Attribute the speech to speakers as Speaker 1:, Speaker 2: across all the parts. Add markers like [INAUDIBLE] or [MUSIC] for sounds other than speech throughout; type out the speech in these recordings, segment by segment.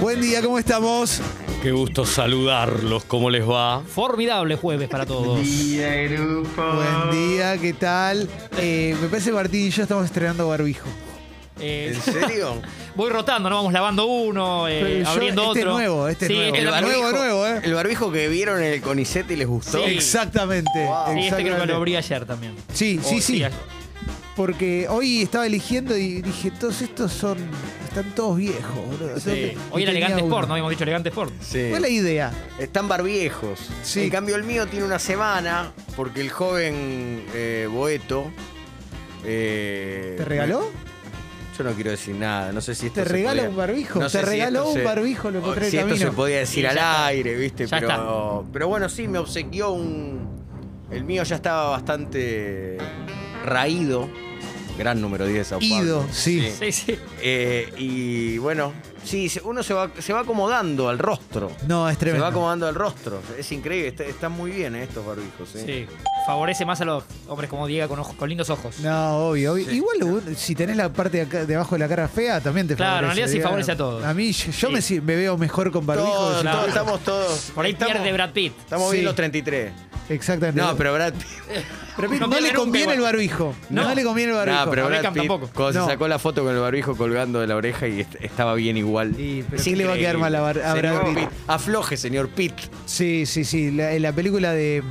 Speaker 1: buen día, ¿cómo estamos?
Speaker 2: Qué gusto saludarlos, ¿cómo les va?
Speaker 3: Formidable jueves para todos.
Speaker 1: [LAUGHS]
Speaker 4: día, grupo.
Speaker 3: Ah.
Speaker 1: Buen día, ¿qué tal? Eh, me parece que Martín y yo estamos estrenando barbijo.
Speaker 3: Eh,
Speaker 4: ¿En serio?
Speaker 3: voy rotando, no vamos lavando uno, eh,
Speaker 1: Pero yo-
Speaker 3: abriendo
Speaker 1: este es
Speaker 3: otro.
Speaker 1: nuevo, este es
Speaker 3: sí,
Speaker 1: [LAUGHS] nuevo.
Speaker 3: Este
Speaker 1: El
Speaker 3: también.
Speaker 1: barbijo. Nuevo, nuevo, ¿eh?
Speaker 4: El barbijo que vieron en el Conicet y les gustó.
Speaker 3: Sí.
Speaker 1: Exactamente.
Speaker 4: Wow.
Speaker 3: Sí, este creo que
Speaker 1: exactamente.
Speaker 3: lo abrí ayer también.
Speaker 1: Sí, sí,
Speaker 3: Oh,
Speaker 1: sí.
Speaker 3: ayer.
Speaker 1: Porque hoy estaba eligiendo y dije, todos estos son. Están todos viejos, boludo.
Speaker 3: Sí.
Speaker 1: Entonces,
Speaker 3: Hoy
Speaker 1: y
Speaker 3: era
Speaker 1: tenía
Speaker 3: elegante
Speaker 1: uno.
Speaker 3: sport, no habíamos dicho elegante sport.
Speaker 4: Sí.
Speaker 1: ¿Cuál es la idea?
Speaker 4: Están barbiejos.
Speaker 1: Sí.
Speaker 4: En cambio, el mío tiene una semana porque el joven eh, Boeto. eh,
Speaker 1: ¿Te regaló?
Speaker 4: Yo no quiero decir nada. No sé si esto
Speaker 1: ¿Te
Speaker 4: se
Speaker 1: regala
Speaker 4: podía-
Speaker 1: un barbijo?
Speaker 4: No sé
Speaker 1: Te
Speaker 4: si
Speaker 1: regaló
Speaker 4: esto
Speaker 1: un
Speaker 4: se-
Speaker 1: barbijo, lo
Speaker 4: o
Speaker 1: encontré
Speaker 4: Si
Speaker 1: en el
Speaker 4: esto se
Speaker 1: camino.
Speaker 4: podía decir
Speaker 3: Sí, ya
Speaker 4: al
Speaker 3: está.
Speaker 4: aire, ¿viste?
Speaker 3: Ya
Speaker 4: pero, pero bueno, sí, me obsequió un. El mío ya estaba bastante raído. Gran número 10 de Sao Paulo.
Speaker 1: Ido, sí.
Speaker 3: Sí, sí.
Speaker 4: Eh, y bueno, sí, se- uno se va, se va acomodando al rostro.
Speaker 1: No, es
Speaker 4: Se
Speaker 1: tremendo.
Speaker 4: va acomodando al rostro. Es increíble. está- Están muy bien eh, estos barbijos.
Speaker 3: Sí.
Speaker 4: eh.
Speaker 3: Favorece más a los hombres como Diego con, ojos, con lindos ojos.
Speaker 1: No, obvio, obvio.
Speaker 4: Sí.
Speaker 1: Igual uh, si tenés la parte de acá- debajo de la cara fea, también te
Speaker 3: Claro, en
Speaker 1: favorece.
Speaker 3: realidad sí
Speaker 1: digamos.
Speaker 3: favorece a todos.
Speaker 1: A mí, yo, yo
Speaker 3: Sí.
Speaker 1: me, si- me veo mejor con barbijo. que
Speaker 4: Todos,
Speaker 1: sin
Speaker 3: no,
Speaker 4: todos,
Speaker 1: barbijo.
Speaker 4: estamos todos.
Speaker 3: Por ahí
Speaker 4: estamos,
Speaker 3: pierde Brad Pitt.
Speaker 4: Estamos
Speaker 1: Sí.
Speaker 4: bien los 33.
Speaker 1: Exactamente.
Speaker 4: No, pero Brad Pitt.
Speaker 1: Pero a mí
Speaker 3: no
Speaker 1: no,
Speaker 3: queda
Speaker 1: le
Speaker 3: nunca
Speaker 1: conviene
Speaker 3: igual.
Speaker 1: el barbijo. No.
Speaker 3: No.
Speaker 1: le conviene el barbijo.
Speaker 4: No, pero
Speaker 3: A
Speaker 4: Brad
Speaker 3: Beckham
Speaker 4: Pitt,
Speaker 3: tampoco.
Speaker 4: cuando
Speaker 1: No.
Speaker 4: se sacó la foto con el barbijo colgando de la oreja y est- estaba bien igual.
Speaker 1: Sí, pero
Speaker 4: Es
Speaker 1: ¿qué le va a
Speaker 4: increíble.
Speaker 1: quedar mal a Bar- a
Speaker 4: Señor
Speaker 1: Brad Pitt?
Speaker 4: Afloje, señor Pitt.
Speaker 1: Sí, sí, sí. La, en la película de,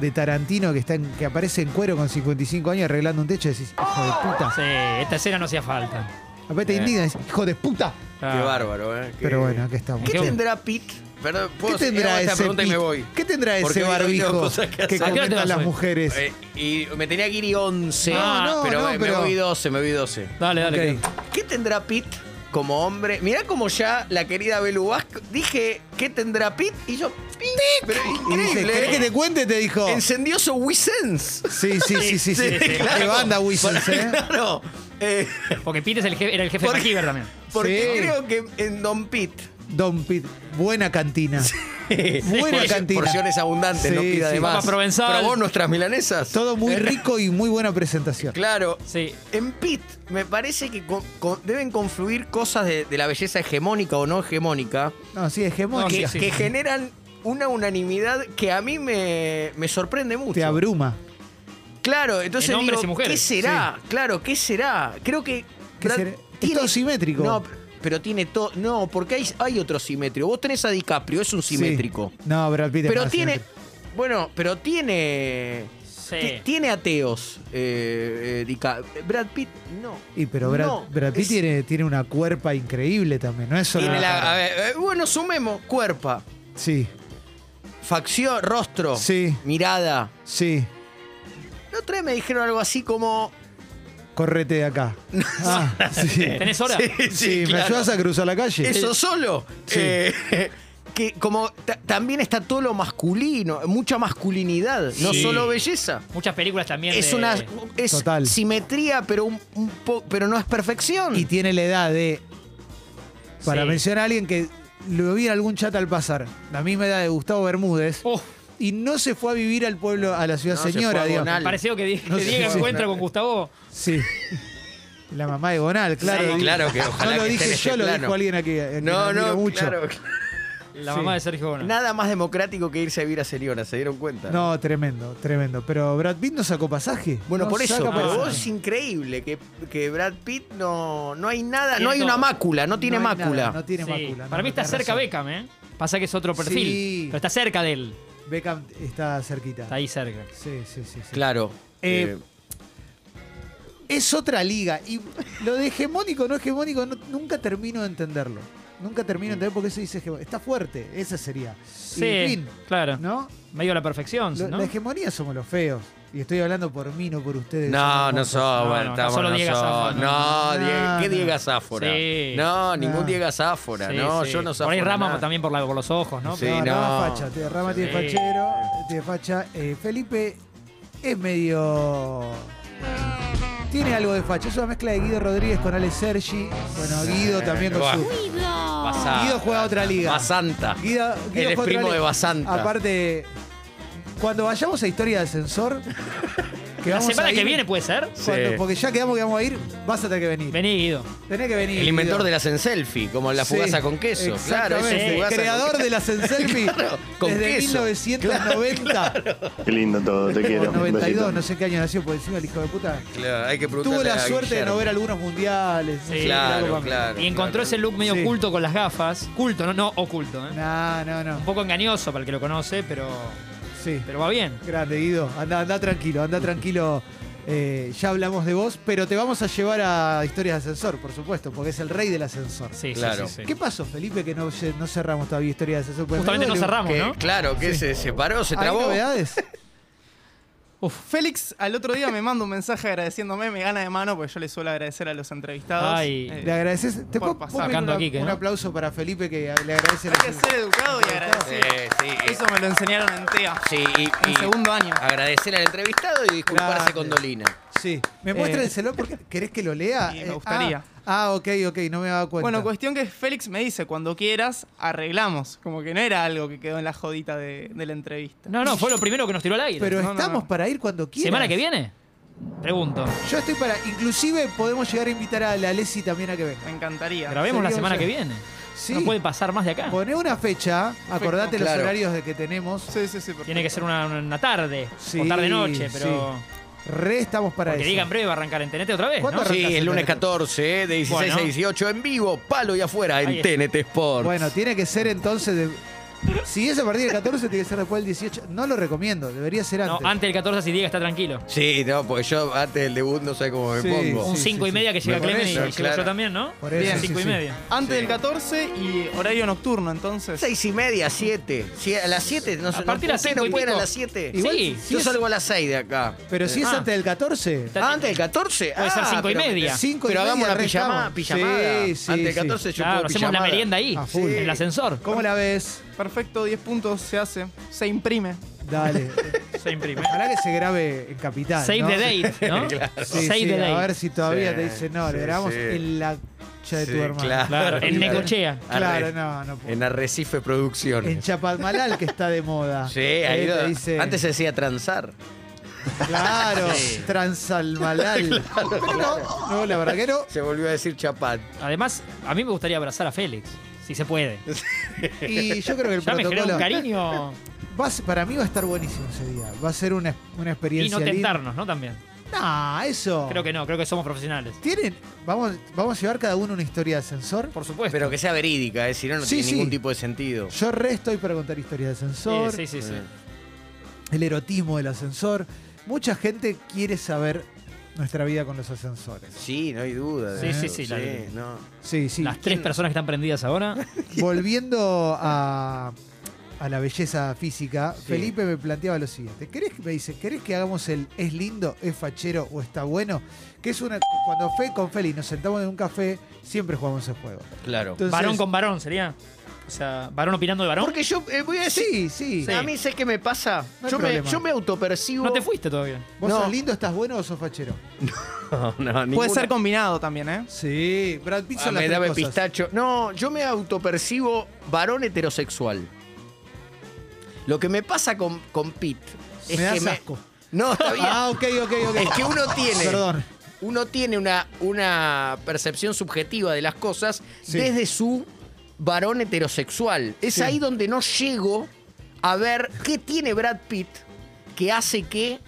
Speaker 1: de Tarantino que, está en- que aparece en cuero con 55 años arreglando un techo, decís, hijo de puta.
Speaker 3: Sí, esta escena no hacía falta.
Speaker 1: Aparte te
Speaker 4: Eh.
Speaker 1: indigna, decís, hijo de puta.
Speaker 3: Ah.
Speaker 4: Qué bárbaro, ¿eh? Qué-
Speaker 1: Pero bueno, aquí estamos.
Speaker 4: ¿Qué
Speaker 3: Qué-
Speaker 4: tendrá Pitt? Perdón,
Speaker 1: ¿Qué
Speaker 4: ¿puedo hacer- hago
Speaker 1: tendrá
Speaker 4: esta
Speaker 1: ese
Speaker 4: pregunta y me
Speaker 1: pit?
Speaker 4: voy.
Speaker 1: ¿Qué tendrá
Speaker 4: Porque
Speaker 1: ese
Speaker 4: hoy- hoy tengo
Speaker 1: barbijo
Speaker 4: cosas que
Speaker 1: que
Speaker 4: hacer.
Speaker 3: ¿A qué hora te
Speaker 1: comentan
Speaker 3: vas
Speaker 1: las
Speaker 3: hoy?
Speaker 1: mujeres?
Speaker 4: Eh, y me tenía que ir y 11.
Speaker 3: No,
Speaker 1: no,
Speaker 4: pero
Speaker 1: no,
Speaker 4: me, me
Speaker 1: pero-
Speaker 4: voy 12, me voy 12.
Speaker 3: Dale, dale.
Speaker 1: Ok.
Speaker 3: que-
Speaker 4: ¿Qué tendrá Pitt como hombre? Mirá como ya la querida Belu Vasco dije, ¿qué tendrá Pitt? Y yo, ¡Pitt! Pero
Speaker 1: Y dice,
Speaker 4: increíble,
Speaker 1: ¿querés que te cuente? Te dijo.
Speaker 4: Encendió su Wisense.
Speaker 1: Sí, sí, sí, sí. sí.
Speaker 4: Sí,
Speaker 1: Qué
Speaker 4: claro.
Speaker 1: banda Wizards, ¿eh?
Speaker 4: [LAUGHS] Claro. eh,
Speaker 3: Porque Pitt es el jefe- era el jefe de
Speaker 4: Porque-
Speaker 1: [LAUGHS]
Speaker 3: MacGyver también.
Speaker 4: porque
Speaker 1: Sí.
Speaker 4: creo que en Don Pitt.
Speaker 1: Don Pit, buena cantina. Buena
Speaker 4: Porci-
Speaker 1: cantina.
Speaker 4: Porciones abundantes,
Speaker 1: Sí,
Speaker 4: no pida
Speaker 1: sí.
Speaker 4: de más.
Speaker 3: Papa provenzal.
Speaker 4: Probó nuestras milanesas.
Speaker 1: Todo muy rico y muy buena presentación.
Speaker 4: Claro.
Speaker 3: Sí.
Speaker 4: En Pitt, me parece que co- co- deben confluir cosas de, de la belleza hegemónica o no hegemónica
Speaker 1: No, sí, hegemónica.
Speaker 3: No,
Speaker 4: que,
Speaker 3: sí, sí.
Speaker 4: que generan una unanimidad que a mí me, me sorprende mucho.
Speaker 1: Te abruma.
Speaker 4: Claro, entonces
Speaker 3: En hombres
Speaker 4: digo,
Speaker 3: y mujeres,
Speaker 4: ¿qué será? Claro, ¿qué será? Creo que...
Speaker 1: ¿Qué
Speaker 4: Brad
Speaker 1: será? Es todo simétrico.
Speaker 4: No, p- pero tiene todo... No, porque hay, hay otro simétrico. Vos tenés a DiCaprio, es un
Speaker 1: Sí.
Speaker 4: simétrico.
Speaker 1: No, Brad Pitt es
Speaker 4: Pero
Speaker 1: más
Speaker 4: tiene...
Speaker 1: simétrico.
Speaker 4: Bueno, pero tiene...
Speaker 3: Sí.
Speaker 4: ti- Tiene ateos. eh, eh, Dica- Brad Pitt, no.
Speaker 1: Y pero Brad,
Speaker 4: No,
Speaker 1: Brad Pitt
Speaker 4: es-
Speaker 1: tiene, tiene una cuerpa increíble también, no es solo.
Speaker 4: tiene
Speaker 1: una
Speaker 4: la-
Speaker 1: cara.
Speaker 4: a ver, eh, bueno, sumemos. Cuerpa,
Speaker 1: Sí,
Speaker 4: facción, rostro,
Speaker 1: Sí.
Speaker 4: mirada.
Speaker 1: sí.
Speaker 4: La otra vez me dijeron algo así como...
Speaker 1: Correte de
Speaker 4: [LAUGHS]
Speaker 1: acá. Ah, sí.
Speaker 3: ¿Tenés hora?
Speaker 1: Sí, ¿me
Speaker 4: claro.
Speaker 1: ayudas a cruzar la calle?
Speaker 4: Eso solo.
Speaker 1: Eh, Sí.
Speaker 4: Eh, [LAUGHS] que como ta- también está todo lo masculino, mucha masculinidad, no
Speaker 3: Sí.
Speaker 4: solo belleza.
Speaker 3: Muchas películas también.
Speaker 4: Es
Speaker 3: de-
Speaker 4: una
Speaker 1: eh,
Speaker 4: es
Speaker 1: Total.
Speaker 4: simetría, pero un, un po- pero no es perfección.
Speaker 1: Y tiene la edad de. Para
Speaker 3: Sí.
Speaker 1: mencionar a alguien que lo vi en algún chat al pasar, la misma edad de Gustavo Bermúdez,
Speaker 3: Oh,
Speaker 1: y no se fue a vivir al pueblo, a la ciudad
Speaker 4: No, se fue
Speaker 1: señora,
Speaker 4: a
Speaker 1: digamos.
Speaker 4: Bonal.
Speaker 3: pareció que, Di-
Speaker 1: No
Speaker 3: que
Speaker 1: sé,
Speaker 3: Diego
Speaker 1: sí.
Speaker 3: encuentra con Gustavo.
Speaker 1: Sí. [LAUGHS] La mamá de Bonal, claro.
Speaker 4: Sí, claro que ojalá
Speaker 1: No lo
Speaker 4: que esté
Speaker 1: dije
Speaker 4: en este
Speaker 1: yo, lo
Speaker 4: plano.
Speaker 1: dijo alguien aquí. eh, que
Speaker 4: no,
Speaker 1: admiro
Speaker 4: no,
Speaker 1: mucho.
Speaker 4: claro.
Speaker 3: La
Speaker 1: Sí.
Speaker 3: mamá de Sergio Bono.
Speaker 4: Nada más democrático que irse a vivir a Seriona, ¿se dieron cuenta?
Speaker 1: No, tremendo, tremendo. Pero Brad Pitt no sacó pasaje.
Speaker 4: Bueno,
Speaker 1: No
Speaker 4: por eso,
Speaker 1: saca
Speaker 4: pero
Speaker 3: pasa.
Speaker 4: vos es increíble que, que Brad Pitt no, no hay nada,
Speaker 3: Tiene
Speaker 4: no hay una
Speaker 3: todo.
Speaker 4: mácula, no tiene
Speaker 1: hay
Speaker 4: mácula.
Speaker 1: nada, no tiene
Speaker 3: Sí.
Speaker 1: mácula. no,
Speaker 3: Para mí
Speaker 1: no
Speaker 3: está
Speaker 1: tenés
Speaker 3: cerca
Speaker 1: razón.
Speaker 3: Beckham, ¿eh? Pasa que es otro perfil.
Speaker 1: Sí.
Speaker 3: Pero está cerca de él.
Speaker 1: Beckham está cerquita.
Speaker 3: Está ahí cerca.
Speaker 1: Sí, sí, sí. sí.
Speaker 4: Claro.
Speaker 1: Eh, Es otra liga. Y lo de hegemónico, no hegemónico, no- nunca termino de entenderlo. Nunca termino de entender por qué se dice hegemónico. Está fuerte, esa sería. Y,
Speaker 3: Sí,
Speaker 1: fin,
Speaker 3: claro.
Speaker 1: ¿no?
Speaker 3: Medio a la perfección,
Speaker 1: Lo-
Speaker 3: ¿no?
Speaker 1: La hegemonía somos los feos. Y estoy hablando por mí, no por ustedes.
Speaker 4: No,
Speaker 1: Somos
Speaker 4: no
Speaker 1: hermosos.
Speaker 4: sos,
Speaker 3: No,
Speaker 4: bueno,
Speaker 3: no,
Speaker 4: estamos,
Speaker 3: solo
Speaker 4: no
Speaker 3: Diego
Speaker 4: sos.
Speaker 3: Sáfora.
Speaker 4: No, Diego-
Speaker 1: No,
Speaker 4: ¿qué
Speaker 1: no.
Speaker 4: Diego Sáfora?
Speaker 3: Sí.
Speaker 4: No, ningún
Speaker 1: No.
Speaker 4: Diego Sáfora,
Speaker 3: Sí,
Speaker 4: no,
Speaker 3: sí.
Speaker 4: yo no
Speaker 3: Por ahí
Speaker 4: Sáfora
Speaker 3: Rama
Speaker 4: nada.
Speaker 3: también por, la- por los ojos, ¿no?
Speaker 4: Sí,
Speaker 1: no, Rama
Speaker 4: no.
Speaker 1: facha, te- Rama tiene
Speaker 3: Sí.
Speaker 1: fachero, tiene facha. Eh, Felipe es medio. Tiene algo de facha. Es una mezcla de Guido Rodríguez con Ale Sergi. Bueno, Guido también con
Speaker 4: Buah.
Speaker 1: su.
Speaker 4: Basá-
Speaker 1: Guido juega otra liga.
Speaker 4: Basanta.
Speaker 1: Guido, Guido
Speaker 4: Él es
Speaker 1: juega otra
Speaker 4: primo
Speaker 1: liga.
Speaker 4: de Basanta.
Speaker 1: Aparte, Cuando vayamos a historia de ascensor, que
Speaker 3: La
Speaker 1: vamos
Speaker 3: semana
Speaker 1: a
Speaker 3: que
Speaker 1: ir-
Speaker 3: viene puede ser.
Speaker 1: cuando-
Speaker 2: Sí.
Speaker 1: Porque ya quedamos que vamos a ir, vas a tener que venir.
Speaker 3: Vení, Guido.
Speaker 1: Tenés que venir.
Speaker 4: El inventor
Speaker 1: Guido.
Speaker 4: de la senselfie, como la
Speaker 1: Sí,
Speaker 4: fugaza con queso. Claro, es
Speaker 1: exactamente.
Speaker 4: un fugaza
Speaker 1: creador
Speaker 4: con
Speaker 1: de la Senselfie
Speaker 4: [LAUGHS] con
Speaker 1: desde
Speaker 4: queso.
Speaker 1: 1990
Speaker 5: Qué lindo todo, te
Speaker 1: o
Speaker 5: quiero.
Speaker 1: 92, no sé qué año nació, por encima el hijo de puta.
Speaker 4: Claro, hay que preguntarle
Speaker 1: Tuvo la
Speaker 4: a
Speaker 1: suerte de no
Speaker 4: Guillermo.
Speaker 1: ver algunos mundiales.
Speaker 3: Sí,
Speaker 4: Claro,
Speaker 3: algo para mí.
Speaker 4: claro,
Speaker 3: Y encontró
Speaker 4: claro.
Speaker 3: ese look medio
Speaker 1: Sí.
Speaker 3: culto con las gafas. Culto, no, no oculto. ¿eh?
Speaker 1: No, no, no.
Speaker 3: Un poco engañoso para el que lo conoce, pero,
Speaker 1: Sí.
Speaker 3: pero va bien.
Speaker 1: Grande, Guido. Anda, anda tranquilo, anda tranquilo. Eh, ya hablamos de vos, pero te vamos a llevar a historias de ascensor, por supuesto, porque es el rey del ascensor.
Speaker 3: Sí, sí,
Speaker 4: Claro.
Speaker 3: sí, sí.
Speaker 1: ¿Qué pasó, Felipe, que no, lle- no cerramos todavía historias de ascensor? Pues
Speaker 3: Justamente
Speaker 1: me
Speaker 3: no
Speaker 1: duele un-
Speaker 3: cerramos,
Speaker 4: Que,
Speaker 3: ¿no?
Speaker 4: Claro, que se separó, se
Speaker 1: ¿Hay
Speaker 4: trabó.
Speaker 1: novedades?
Speaker 4: [LAUGHS]
Speaker 6: Félix al otro día me manda un mensaje agradeciéndome, me gana de mano, porque yo le suelo agradecer a los entrevistados.
Speaker 3: Ay.
Speaker 6: Eh,
Speaker 1: Le agradeces. ¿Te
Speaker 6: Por
Speaker 1: puedo,
Speaker 6: pasar.
Speaker 1: puedo pedir
Speaker 3: Sacando
Speaker 1: una-
Speaker 3: a Quique,
Speaker 1: un
Speaker 3: ¿no?
Speaker 1: aplauso para Felipe que le agradece la
Speaker 6: hay que ser educado y
Speaker 4: Sí,
Speaker 6: agradecido.
Speaker 4: sí.
Speaker 6: Eso me lo enseñaron en TEA,
Speaker 4: Sí, y,
Speaker 6: en
Speaker 4: y
Speaker 6: segundo año.
Speaker 4: agradecer al entrevistado y disculparse
Speaker 1: Grande.
Speaker 4: con Dolina.
Speaker 1: Sí. ¿Me muestra el celular porque querés que lo lea?
Speaker 6: Eh, Sí, me
Speaker 1: Eh, ah,
Speaker 6: gustaría.
Speaker 1: Ah, ok, ok, no me daba cuenta.
Speaker 6: Bueno, cuestión que Félix me dice, cuando quieras, arreglamos. Como que no era algo que quedó en la jodita de, de la entrevista.
Speaker 3: No, no, fue lo primero que nos tiró al aire.
Speaker 1: Pero
Speaker 6: no, no,
Speaker 1: estamos
Speaker 6: no.
Speaker 1: para ir cuando quieras.
Speaker 3: ¿Semana que viene? Pregunto.
Speaker 1: Yo estoy para. Inclusive podemos llegar a invitar a la Lesi también a que venga.
Speaker 6: Me encantaría.
Speaker 3: Grabemos la
Speaker 1: Sería
Speaker 3: semana
Speaker 1: un-
Speaker 3: que viene.
Speaker 1: Sí.
Speaker 3: No puede pasar más de acá.
Speaker 1: Poné una fecha, acordate los
Speaker 4: claro.
Speaker 1: horarios de que tenemos.
Speaker 6: Sí, sí, sí. perfecto.
Speaker 3: Tiene que ser una, una tarde
Speaker 1: Sí,
Speaker 3: o tarde-noche, pero.
Speaker 1: Re estamos para
Speaker 3: Porque
Speaker 1: eso.
Speaker 3: diga en breve va a arrancar en TNT otra vez.
Speaker 1: ¿Cuándo
Speaker 3: ¿no?
Speaker 1: arranca?
Speaker 4: Sí, el lunes
Speaker 1: Arrancas
Speaker 4: 14, eh, de 16 a
Speaker 3: Bueno.
Speaker 4: 18, en vivo, palo y afuera,
Speaker 3: Ahí
Speaker 4: en
Speaker 3: está.
Speaker 4: TNT Sports.
Speaker 1: Bueno, tiene que ser entonces de. Si es a partir del 14, tiene que ser después del 18. No lo recomiendo, debería ser
Speaker 3: No,
Speaker 1: antes.
Speaker 3: antes del 14 si Diego está tranquilo.
Speaker 4: Sí, no, porque yo antes del debut no sé cómo me
Speaker 1: Sí,
Speaker 4: pongo.
Speaker 3: Un
Speaker 1: sí,
Speaker 3: 5
Speaker 1: sí.
Speaker 3: y media que llega
Speaker 4: Por
Speaker 3: Clemen y
Speaker 4: eso,
Speaker 3: llego
Speaker 4: claro.
Speaker 3: yo también, ¿no?
Speaker 1: Por eso,
Speaker 3: Bien,
Speaker 1: sí,
Speaker 3: 5 y
Speaker 1: sí.
Speaker 3: media.
Speaker 6: Antes del 14 y horario nocturno, entonces.
Speaker 4: 6 y media, 7. a las 7, no sé.
Speaker 3: partir de
Speaker 4: no,
Speaker 3: las
Speaker 4: ¿por qué
Speaker 3: cinco y
Speaker 4: no pueden a
Speaker 3: pico?
Speaker 4: las 7.
Speaker 1: Igual,
Speaker 3: Sí,
Speaker 1: si
Speaker 4: yo
Speaker 1: es-
Speaker 4: salgo a las 6 de acá.
Speaker 1: Pero si es
Speaker 3: Ah.
Speaker 1: antes del 14.
Speaker 3: Está-
Speaker 4: Ah, antes del 14.
Speaker 3: Puede ser
Speaker 4: Ah,
Speaker 3: cinco y
Speaker 4: pero-
Speaker 3: media.
Speaker 1: Cinco y
Speaker 4: Pero
Speaker 1: media
Speaker 4: hagamos una pijama,
Speaker 1: restamos.
Speaker 4: pijamada.
Speaker 1: Sí, sí,
Speaker 4: antes del
Speaker 1: sí.
Speaker 4: 14 yo
Speaker 3: Claro,
Speaker 4: puedo
Speaker 3: hacemos la
Speaker 4: pijamada.
Speaker 3: merienda ahí,
Speaker 1: A full.
Speaker 3: en el ascensor.
Speaker 1: ¿Cómo la ves?
Speaker 6: Perfecto, 10 puntos se hace, se imprime.
Speaker 1: Dale.
Speaker 3: Se imprime.
Speaker 1: Ojalá que se grabe en Capital.
Speaker 3: Save
Speaker 1: ¿no?
Speaker 3: the date, ¿no?
Speaker 1: Sí,
Speaker 3: Save
Speaker 1: sí,
Speaker 3: the
Speaker 1: a
Speaker 3: date.
Speaker 1: ver si todavía
Speaker 4: Sí,
Speaker 1: te dicen no, lo
Speaker 4: sí,
Speaker 1: grabamos
Speaker 4: sí.
Speaker 1: en la concha de tu
Speaker 4: Sí,
Speaker 1: hermano.
Speaker 4: claro.
Speaker 3: Claro, en
Speaker 4: Claro.
Speaker 3: Necochea.
Speaker 1: Claro,
Speaker 4: Arre-
Speaker 1: no, no puedo.
Speaker 4: En Arrecife Producciones.
Speaker 1: En Chapadmalal, que está de moda.
Speaker 4: Sí, ahí
Speaker 1: Eh,
Speaker 4: lo-
Speaker 1: te dice,
Speaker 4: antes se decía transar.
Speaker 1: Claro,
Speaker 4: [LAUGHS]
Speaker 1: Transalmalal. Pero no, no, la verdad que no.
Speaker 4: Se volvió a decir chapat.
Speaker 3: Además, a mí me gustaría abrazar a Félix, si se puede.
Speaker 1: Y yo creo que el
Speaker 3: Ya me generó
Speaker 1: protocolo.
Speaker 3: un cariño
Speaker 1: va a ser- para mí va a estar buenísimo ese día. Va a ser una, una
Speaker 3: y
Speaker 1: experiencia.
Speaker 3: no
Speaker 1: linda.
Speaker 3: tentarnos, ¿no? También.
Speaker 1: Nah, eso.
Speaker 3: Creo que no, creo que somos profesionales.
Speaker 1: ¿Tienen? Vamos, vamos a llevar cada uno una historia de ascensor.
Speaker 3: Por supuesto.
Speaker 4: Pero que sea verídica, eh, si no, no
Speaker 1: Sí,
Speaker 4: tiene
Speaker 1: sí.
Speaker 4: ningún tipo de sentido. Eh,
Speaker 1: Yo re estoy para contar historias de ascensor.
Speaker 3: Sí, sí, sí.
Speaker 1: eh,
Speaker 3: sí.
Speaker 1: el erotismo del ascensor. Mucha gente quiere saber nuestra vida con los ascensores.
Speaker 4: Sí, no hay duda. de
Speaker 3: Sí,
Speaker 4: eso,
Speaker 3: sí, sí, la-
Speaker 4: no.
Speaker 1: Sí, sí.
Speaker 3: Las tres personas que están prendidas ahora.
Speaker 1: [LAUGHS] Volviendo a, a la belleza física,
Speaker 4: Sí.
Speaker 1: Felipe me planteaba lo siguiente. ¿Querés, que- me dice, ¿querés que hagamos el es lindo, es fachero o está bueno? Que es una... Cuando Fe con Feli nos sentamos en un café, siempre jugamos ese juego.
Speaker 4: Claro.
Speaker 1: Entonces-
Speaker 3: varón con varón sería. O sea, varón opinando de varón.
Speaker 4: Porque yo eh, voy a decir,
Speaker 1: Sí, sí.
Speaker 3: Sí.
Speaker 4: a mí sé que me pasa.
Speaker 1: No hay
Speaker 4: yo, me,
Speaker 1: problema.
Speaker 4: yo me autopercibo.
Speaker 3: No te fuiste todavía.
Speaker 1: ¿Vos
Speaker 4: No.
Speaker 1: sos lindo, estás bueno o sos fachero?
Speaker 4: No, [LAUGHS] no,
Speaker 6: Puede
Speaker 4: ninguna.
Speaker 6: ser combinado también, ¿eh?
Speaker 1: Sí, Brad Pitt
Speaker 4: Ah,
Speaker 1: son
Speaker 4: me
Speaker 1: las tres
Speaker 4: dame
Speaker 1: cosas.
Speaker 4: pistacho. No, yo me autopercibo varón heterosexual. Lo que me pasa con, con Pit
Speaker 1: Me
Speaker 4: es que
Speaker 1: das
Speaker 4: me-
Speaker 1: asco.
Speaker 4: No, está bien.
Speaker 1: Ah, ok, ok, ok.
Speaker 4: Es que uno tiene.
Speaker 1: Perdón.
Speaker 4: uno tiene una, una percepción subjetiva de las cosas
Speaker 1: Sí.
Speaker 4: desde su varón heterosexual. Es
Speaker 1: Sí.
Speaker 4: ahí donde no llego a ver qué tiene Brad Pitt que hace que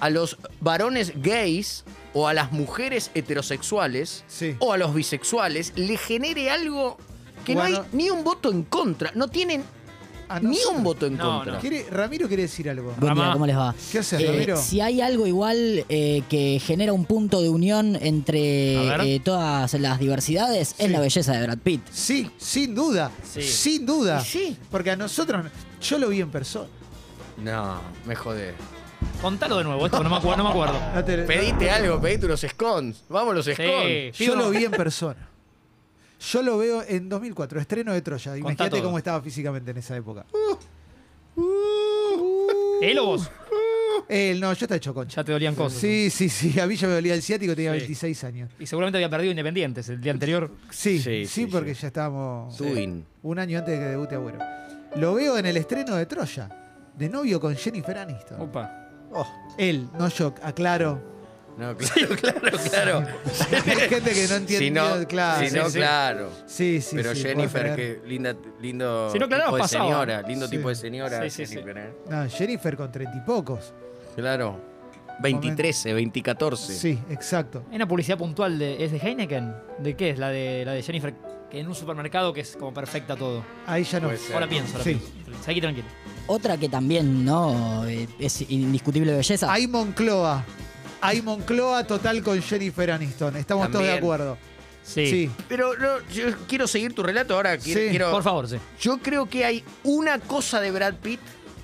Speaker 4: a los varones gays o a las mujeres heterosexuales
Speaker 1: Sí.
Speaker 4: o a los bisexuales le genere algo que no
Speaker 1: Bueno. Ah,
Speaker 4: hay ni un voto en contra. No tienen
Speaker 1: A
Speaker 4: ni
Speaker 1: nosotros-
Speaker 4: un voto en
Speaker 3: No,
Speaker 4: contra.
Speaker 3: no.
Speaker 1: Quiere- Ramiro quiere decir algo.
Speaker 7: Buen día,
Speaker 3: Ramá.
Speaker 7: ¿cómo les va?
Speaker 1: ¿Qué haces,
Speaker 7: Eh,
Speaker 1: Ramiro?
Speaker 7: si hay algo igual eh, que genera un punto de unión
Speaker 3: A ver.
Speaker 7: entre eh, todas las diversidades
Speaker 1: Sí.
Speaker 7: es la belleza de Brad Pitt.
Speaker 1: Sí, sin duda.
Speaker 3: Sí.
Speaker 1: Sin duda.
Speaker 4: Y sí.
Speaker 1: Porque a nosotros, yo lo vi en persona.
Speaker 4: No, me jodé.
Speaker 3: Contalo de nuevo, esto no me acuerdo. No me acuerdo.
Speaker 1: No te-
Speaker 4: Pedite algo, pedite unos scones. Vamos los
Speaker 3: Sí,
Speaker 4: scones.
Speaker 1: yo lo vi en persona. Yo lo veo en 2004, estreno de Troya. Imagínate
Speaker 3: todo.
Speaker 1: cómo estaba físicamente en esa época.
Speaker 4: Uh,
Speaker 3: ¿Él o vos?
Speaker 1: Él, no, yo estaba hecho concha.
Speaker 3: Ya te dolían cosas.
Speaker 1: Sí, sí, sí. A mí ya me dolía el ciático, tenía
Speaker 3: Sí.
Speaker 1: 26 años.
Speaker 3: Y seguramente había perdido Independientes el día anterior.
Speaker 1: Sí, sí,
Speaker 4: Sí, sí,
Speaker 1: porque
Speaker 4: sí.
Speaker 1: ya estábamos
Speaker 4: Tuin.
Speaker 1: un año antes de que debute Agüero. Lo veo en el estreno de Troya. de novio con Jennifer Aniston. Oh.
Speaker 3: Opa.
Speaker 1: Él, no yo, aclaro.
Speaker 4: [LAUGHS] No, claro, claro, claro.
Speaker 1: Hay gente que no entiende.
Speaker 4: Si no,
Speaker 1: claro.
Speaker 4: si no,
Speaker 1: sí, sí.
Speaker 4: claro.
Speaker 1: Sí, sí,
Speaker 4: Pero
Speaker 1: sí,
Speaker 4: Jennifer,
Speaker 1: puedo creer.
Speaker 4: que linda, lindo
Speaker 3: Si no, claro,
Speaker 4: tipo de
Speaker 3: pasaba.
Speaker 4: señora. Lindo
Speaker 1: Sí.
Speaker 4: tipo de señora,
Speaker 3: Sí, sí, sí.
Speaker 4: Jennifer, ¿eh?
Speaker 1: No, Jennifer con treinta y pocos.
Speaker 4: Claro. 2013, 2014.
Speaker 1: Sí. exacto.
Speaker 3: Hay una publicidad puntual de. ¿Es de Heineken? ¿De qué es? La de, la de Jennifer. Que en un supermercado que es como perfecta todo.
Speaker 1: Ahí ya no.
Speaker 4: Puede ser.
Speaker 3: Ahora pienso, ahora
Speaker 1: Sí.
Speaker 3: pienso. Aquí tranquilo.
Speaker 7: Otra que también, ¿no? Eh, Es indiscutible belleza.
Speaker 1: Hay Moncloa. Hay Moncloa total con Jennifer Aniston. Estamos todos de
Speaker 4: También.
Speaker 1: acuerdo.
Speaker 3: Sí.
Speaker 1: sí.
Speaker 4: Pero no, yo quiero seguir tu relato ahora. Quiero,
Speaker 1: Sí.
Speaker 4: quiero-
Speaker 3: Por favor, sí.
Speaker 4: Yo creo que hay una cosa de Brad Pitt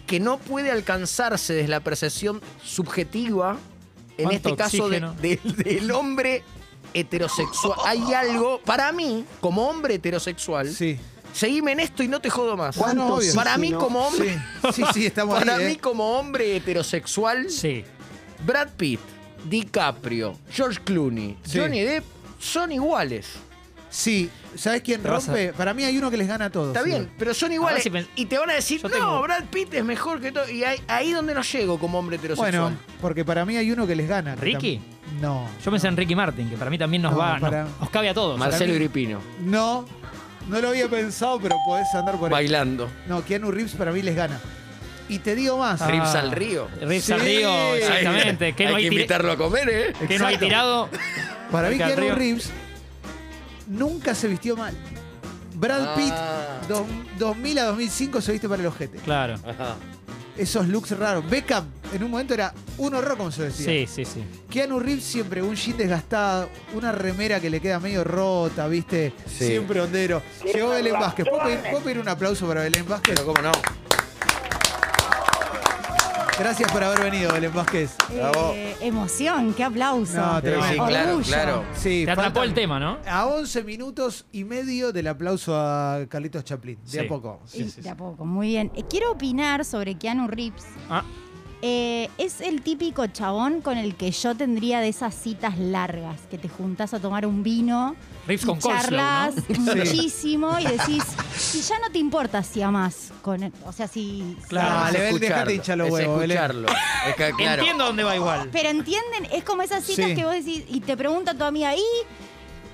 Speaker 4: que no puede alcanzarse desde la percepción subjetiva, en
Speaker 3: ¿Cuánto
Speaker 4: este caso de-
Speaker 3: oxígeno?
Speaker 4: de- del hombre heterosexual. Hay algo, para mí, como hombre heterosexual,
Speaker 1: Sí.
Speaker 4: seguime en esto y no te jodo más.
Speaker 1: Ah, no, obvio.
Speaker 4: Para mí como hombre,
Speaker 1: Sí, sí, sí, estamos
Speaker 4: para
Speaker 1: ahí,
Speaker 4: mí
Speaker 1: ¿eh?
Speaker 4: como hombre heterosexual,
Speaker 3: Sí.
Speaker 4: Brad Pitt, DiCaprio, George Clooney,
Speaker 1: Sí.
Speaker 4: Johnny Depp son iguales.
Speaker 1: Sí, ¿sabes quién
Speaker 3: Te vas a-
Speaker 1: rompe? Para mí hay uno que les gana a todos.
Speaker 4: Está bien, pero son iguales.
Speaker 3: Ahora sí pens-
Speaker 4: y te van a decir,
Speaker 3: Yo
Speaker 4: no,
Speaker 3: tengo-
Speaker 4: Brad Pitt es mejor que todo. Y ahí, ahí donde no llego como hombre heterosexual.
Speaker 1: Bueno, porque para mí hay uno que les gana. que
Speaker 3: ¿Ricky?
Speaker 1: tam- No.
Speaker 3: Yo pensé en Ricky Martin, que para mí también nos
Speaker 1: No,
Speaker 3: va.
Speaker 1: para-
Speaker 3: Nos, nos cabe a todos.
Speaker 4: Marcelo
Speaker 1: mí-
Speaker 4: Gripino,
Speaker 1: No, no lo había pensado, pero podés andar por ahí.
Speaker 4: bailando.
Speaker 1: No, Keanu Reeves para mí les gana. Y te digo más.
Speaker 3: Ah.
Speaker 4: Rips al río.
Speaker 3: Rips
Speaker 1: Sí.
Speaker 3: al río, exactamente. Que
Speaker 4: hay
Speaker 3: no hay,
Speaker 4: que
Speaker 3: tire-
Speaker 4: invitarlo a comer, ¿eh?
Speaker 3: que no hay
Speaker 1: Exacto.
Speaker 3: tirado.
Speaker 1: Para mí
Speaker 3: Rica
Speaker 1: Keanu
Speaker 3: Río.
Speaker 1: Reeves nunca se vistió mal. Brad Pitt,
Speaker 4: Ah.
Speaker 1: do- 2000 a 2005 se viste para el ojete.
Speaker 3: Claro.
Speaker 4: Ajá.
Speaker 1: Esos looks raros. Beckham en un momento era un horror como se vestía.
Speaker 3: Sí, sí, sí.
Speaker 1: Keanu Reeves siempre un jean desgastado, una remera que le queda medio rota, ¿viste?
Speaker 4: Sí.
Speaker 1: Siempre hondero. Llegó Belén Vázquez. ¿Puedo pedir, puedo pedir un aplauso para Belén Vázquez?
Speaker 4: Pero cómo no.
Speaker 1: Gracias por haber venido, Belén Vázquez.
Speaker 4: Bravo.
Speaker 5: Eh, emoción, qué aplauso.
Speaker 1: No, te-
Speaker 4: Sí, claro,
Speaker 5: Orgullo.
Speaker 4: claro.
Speaker 1: Sí,
Speaker 3: Te atrapó
Speaker 1: faltan
Speaker 3: el tema, ¿no?
Speaker 1: A 11 minutos y medio del aplauso a Carlitos Chaplin. De
Speaker 3: Sí.
Speaker 1: a poco.
Speaker 5: Y de a poco, muy bien. Eh, quiero opinar sobre Keanu Reeves.
Speaker 3: Ah.
Speaker 5: Eh, es el típico chabón con el que yo tendría de esas citas largas, que te juntas a tomar un vino,
Speaker 3: Rips
Speaker 5: y
Speaker 3: con coleslaw, ¿no?
Speaker 5: charlas muchísimo y decís, y ya no te importa si amás con él, o sea, si... si
Speaker 3: Claro,
Speaker 5: amás.
Speaker 1: Dale, Bel,
Speaker 4: Escucharlo,
Speaker 1: dejate hinchar los
Speaker 4: es
Speaker 1: huevos, Belén.
Speaker 4: escucharlo. Es que, claro.
Speaker 3: Entiendo dónde va igual.
Speaker 5: Pero entienden, es como esas citas
Speaker 1: Sí.
Speaker 5: que vos decís y te pregunta tu amiga, y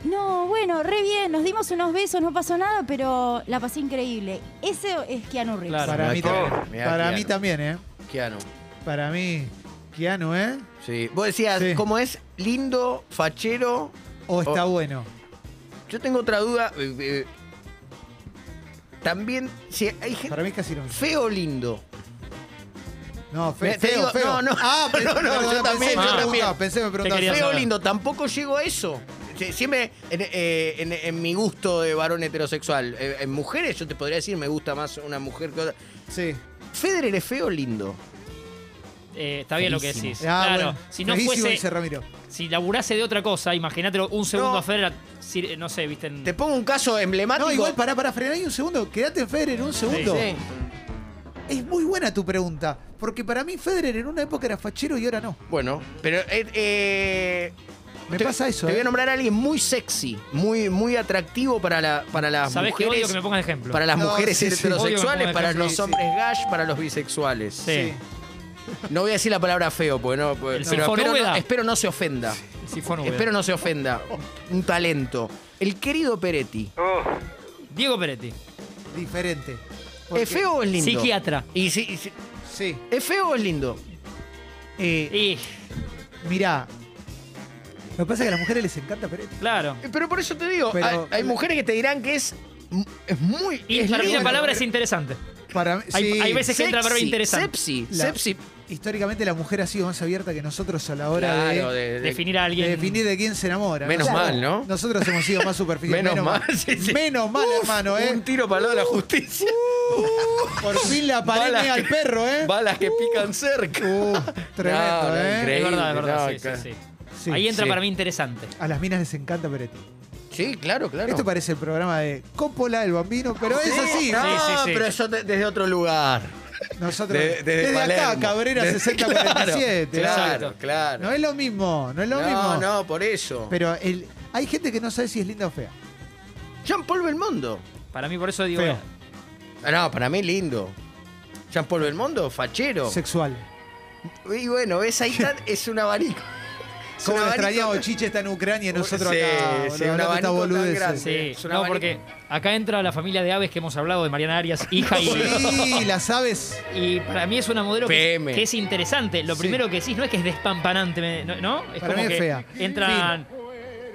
Speaker 5: no, bueno, re bien, nos dimos unos besos, no pasó nada, pero la pasé increíble. Ese es Keanu Reeves.
Speaker 3: Claro.
Speaker 1: Para,
Speaker 4: Mirá
Speaker 1: mí,
Speaker 4: que-
Speaker 1: también,
Speaker 4: mirá
Speaker 1: para
Speaker 4: Keanu.
Speaker 1: mí también, ¿eh?
Speaker 4: Keanu.
Speaker 1: Para mí, Keanu, ¿eh?
Speaker 4: Sí. Vos decías,
Speaker 1: Sí.
Speaker 4: ¿cómo es? Lindo, fachero.
Speaker 1: O está
Speaker 4: O-
Speaker 1: bueno.
Speaker 4: Yo tengo otra duda. eh, eh, También, si hay gente
Speaker 1: Para mí es casi lo mismo.
Speaker 4: feo o lindo.
Speaker 1: No, fe-
Speaker 4: Mirá, te
Speaker 1: feo,
Speaker 4: digo,
Speaker 1: feo.
Speaker 4: no, no.
Speaker 1: Ah, pe-
Speaker 4: [LAUGHS] No, no,
Speaker 1: perdón,
Speaker 4: yo
Speaker 1: pensé,
Speaker 4: también,
Speaker 1: me
Speaker 3: yo
Speaker 1: preguntaba,
Speaker 4: también.
Speaker 1: pensé, me preguntaba.
Speaker 3: quería
Speaker 4: Feo
Speaker 3: saber.
Speaker 4: lindo, tampoco llego a eso. Sie- Siempre en, eh, en- en mi gusto de varón heterosexual. Eh, En mujeres yo te podría decir me gusta más una mujer que otra.
Speaker 1: Sí.
Speaker 4: Federer es feo o lindo.
Speaker 3: Eh, está bien lo que
Speaker 7: Feísimo.
Speaker 3: decís.
Speaker 1: Ah,
Speaker 3: claro.
Speaker 1: bueno.
Speaker 3: Si no
Speaker 1: Feísimo,
Speaker 3: fuese.
Speaker 1: dice Ramiro.
Speaker 3: Si laburase de otra cosa, imagínate un segundo a Federer. si- eh, No sé, viste. en-
Speaker 4: Te pongo un caso emblemático.
Speaker 1: No, igual, pará, pará, frená ahí un segundo. Quédate en Federer un segundo.
Speaker 4: Sí.
Speaker 1: Es muy buena tu pregunta. Porque para mí Federer en una época era fachero y ahora no.
Speaker 4: Bueno, pero eh, eh,
Speaker 1: Me
Speaker 4: te-
Speaker 1: pasa eso.
Speaker 4: Te voy
Speaker 1: ¿eh?
Speaker 4: a nombrar a alguien muy sexy, muy, muy atractivo para, la, para las
Speaker 3: ¿Sabés que
Speaker 4: mujeres.
Speaker 3: odio que me pongas de ejemplo?
Speaker 4: Para las
Speaker 1: No,
Speaker 4: mujeres
Speaker 1: sí, sí.
Speaker 3: Odio que
Speaker 4: heterosexuales,
Speaker 3: me
Speaker 4: para
Speaker 3: pongas
Speaker 4: los
Speaker 1: ejemplo.
Speaker 4: hombres gash, para los bisexuales.
Speaker 3: Sí.
Speaker 4: No voy a decir la palabra feo, porque no.
Speaker 3: El
Speaker 4: pero espero, no
Speaker 3: sinfonúbeda.
Speaker 4: espero no se ofenda.
Speaker 3: Si fue nube.
Speaker 4: Espero no se ofenda. Un talento. El querido Peretti.
Speaker 3: Diego Peretti.
Speaker 1: Diferente. Porque-
Speaker 4: ¿Es feo o es lindo?
Speaker 3: Psiquiatra.
Speaker 4: Y si- y si-
Speaker 1: Sí.
Speaker 4: ¿Es feo o es lindo?
Speaker 1: Eh,
Speaker 3: Y,
Speaker 1: mirá. Lo que pasa es que a las mujeres les encanta Peretti.
Speaker 3: claro.
Speaker 4: Eh, Pero por eso te digo,
Speaker 1: Pero-
Speaker 4: hay, hay mujeres que te dirán que es, m- es muy.
Speaker 3: Y
Speaker 4: es
Speaker 3: para mí la
Speaker 4: lindo.
Speaker 3: palabra es interesante.
Speaker 1: Para mí,
Speaker 3: Hay-
Speaker 1: sí.
Speaker 3: hay veces- que entra la palabra
Speaker 4: Sexy,
Speaker 3: interesante.
Speaker 4: Sepsi.
Speaker 1: La-
Speaker 4: Sepsi.
Speaker 1: Históricamente la mujer ha sido más abierta que nosotros a la hora
Speaker 4: Claro,
Speaker 1: de,
Speaker 4: de- de-
Speaker 3: Definir a
Speaker 1: de
Speaker 3: alguien.
Speaker 1: definir de quién se enamora.
Speaker 4: Menos
Speaker 1: Nosotros-
Speaker 4: mal, ¿no?
Speaker 1: Nosotros hemos sido más superficiales.
Speaker 4: Menos mal, sí, sí.
Speaker 1: Menos mal, hermano, ¿eh?
Speaker 4: Un tiro para lo de la justicia.
Speaker 1: Por fin la pared
Speaker 4: Balas
Speaker 1: mea al
Speaker 4: que-
Speaker 1: perro, ¿eh?
Speaker 4: Balas que pican cerca.
Speaker 1: Uh, [LAUGHS] tremendo,
Speaker 4: No, no,
Speaker 1: ¿eh?
Speaker 4: increíble.
Speaker 3: Es verdad, es verdad.
Speaker 4: No,
Speaker 3: sí, sí,
Speaker 4: claro.
Speaker 3: sí.
Speaker 1: Sí,
Speaker 3: Ahí entra
Speaker 4: sí.
Speaker 3: para mí interesante.
Speaker 1: A las minas les encanta Peretti.
Speaker 4: Sí, claro, claro.
Speaker 1: Esto parece el programa de Coppola, el bambino, pero es así.
Speaker 4: No,
Speaker 3: Sí, sí, sí.
Speaker 4: pero eso de- desde otro lugar.
Speaker 1: Nosotros,
Speaker 4: De- desde
Speaker 1: desde acá,
Speaker 4: Palermo.
Speaker 1: Cabrera
Speaker 4: De- [LAUGHS]
Speaker 1: 6047. ¿eh?
Speaker 4: Claro,
Speaker 3: Exacto.
Speaker 4: claro.
Speaker 1: No es lo mismo, no es lo mismo.
Speaker 4: no, no, por eso.
Speaker 1: Pero el- hay gente que no sabe si es linda o fea.
Speaker 4: Jean Paul Belmondo.
Speaker 3: Para mí, por eso digo.
Speaker 1: Feo.
Speaker 4: Ah, No, para mí lindo. Jean-Paul Belmondo, [LAUGHS] fachero.
Speaker 1: Sexual.
Speaker 4: Y bueno, ves, ahí
Speaker 1: [LAUGHS]
Speaker 4: está, es un abanico. Es un
Speaker 1: ¿Cómo lo
Speaker 4: abanico
Speaker 1: extrañamos?
Speaker 4: tan-
Speaker 1: Chiche está en Ucrania y nosotros
Speaker 4: Sí,
Speaker 1: acá. boludo,
Speaker 4: sí, un
Speaker 1: hablando de estas
Speaker 4: abanico tan
Speaker 1: boludeces.
Speaker 4: grande.
Speaker 3: Sí,
Speaker 4: Es una
Speaker 3: no,
Speaker 4: abanico.
Speaker 3: porque acá entra la familia de aves que hemos hablado de Mariana Arias, hija y.
Speaker 1: Sí, las aves.
Speaker 3: Y para mí es una modelo que,
Speaker 4: PM.
Speaker 3: que es interesante. Lo
Speaker 1: Sí.
Speaker 3: primero que decís no es que es despampanante, me- ¿no? ¿no? Es
Speaker 1: Para mí es
Speaker 3: que
Speaker 1: fea.
Speaker 3: entran.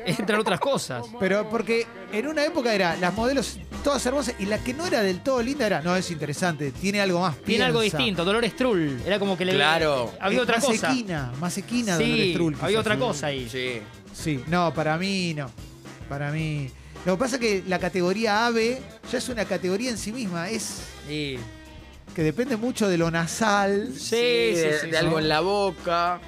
Speaker 3: Entran otras cosas.
Speaker 1: Pero porque en una época era las modelos todas hermosas y la que no era del todo linda era, no, es interesante, tiene algo más.
Speaker 3: Tiene algo
Speaker 1: piensa.
Speaker 3: distinto. Dolores Trull. Era como que le.
Speaker 4: Claro.
Speaker 3: Había
Speaker 1: Es
Speaker 3: otra
Speaker 1: más
Speaker 3: cosa.
Speaker 1: Equina, más equina Dolores
Speaker 3: Sí,
Speaker 1: Trull,
Speaker 3: había
Speaker 1: quizás.
Speaker 3: otra cosa ahí.
Speaker 4: Sí.
Speaker 1: Sí, no, para mí no. Para mí. Lo que pasa es que la categoría AVE ya es una categoría en sí misma, es
Speaker 3: Sí.
Speaker 1: que depende mucho de lo nasal.
Speaker 3: Sí, sí,
Speaker 4: de,
Speaker 3: sí,
Speaker 4: de
Speaker 3: sí.
Speaker 4: algo en la boca.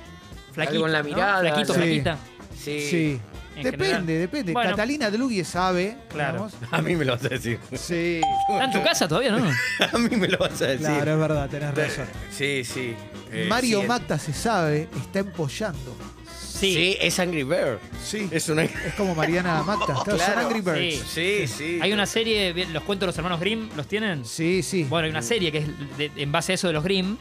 Speaker 3: Flaquito,
Speaker 4: Algo en la
Speaker 3: ¿no?
Speaker 4: mirada,
Speaker 3: Flaquito,
Speaker 1: la-
Speaker 3: flaquita.
Speaker 4: Sí.
Speaker 1: Sí.
Speaker 3: en
Speaker 1: Depende,
Speaker 3: general.
Speaker 1: depende.
Speaker 3: Bueno.
Speaker 1: Catalina Drugui es AVE.
Speaker 3: Claro.
Speaker 1: digamos.
Speaker 2: A mí me lo vas a decir.
Speaker 1: Sí,
Speaker 3: ¿Está en tu casa todavía, no?
Speaker 2: A mí me lo vas a decir.
Speaker 1: claro, es verdad, tenés razón.
Speaker 4: Sí, sí. Eh,
Speaker 1: Mario
Speaker 4: sí, es-
Speaker 1: Macta se sabe, está empollando.
Speaker 4: Sí. es Angry Bird.
Speaker 1: Sí.
Speaker 4: Es una.
Speaker 1: Es como
Speaker 3: [LAUGHS]
Speaker 1: Mariana Macta. Está
Speaker 4: Claro.
Speaker 1: son Angry Birds.
Speaker 4: Sí, sí.
Speaker 3: Hay una serie, bien, los cuentos de los hermanos Grimm, ¿los tienen?
Speaker 1: Sí, sí.
Speaker 3: Bueno, hay una serie que es de- en base a eso de los Grimm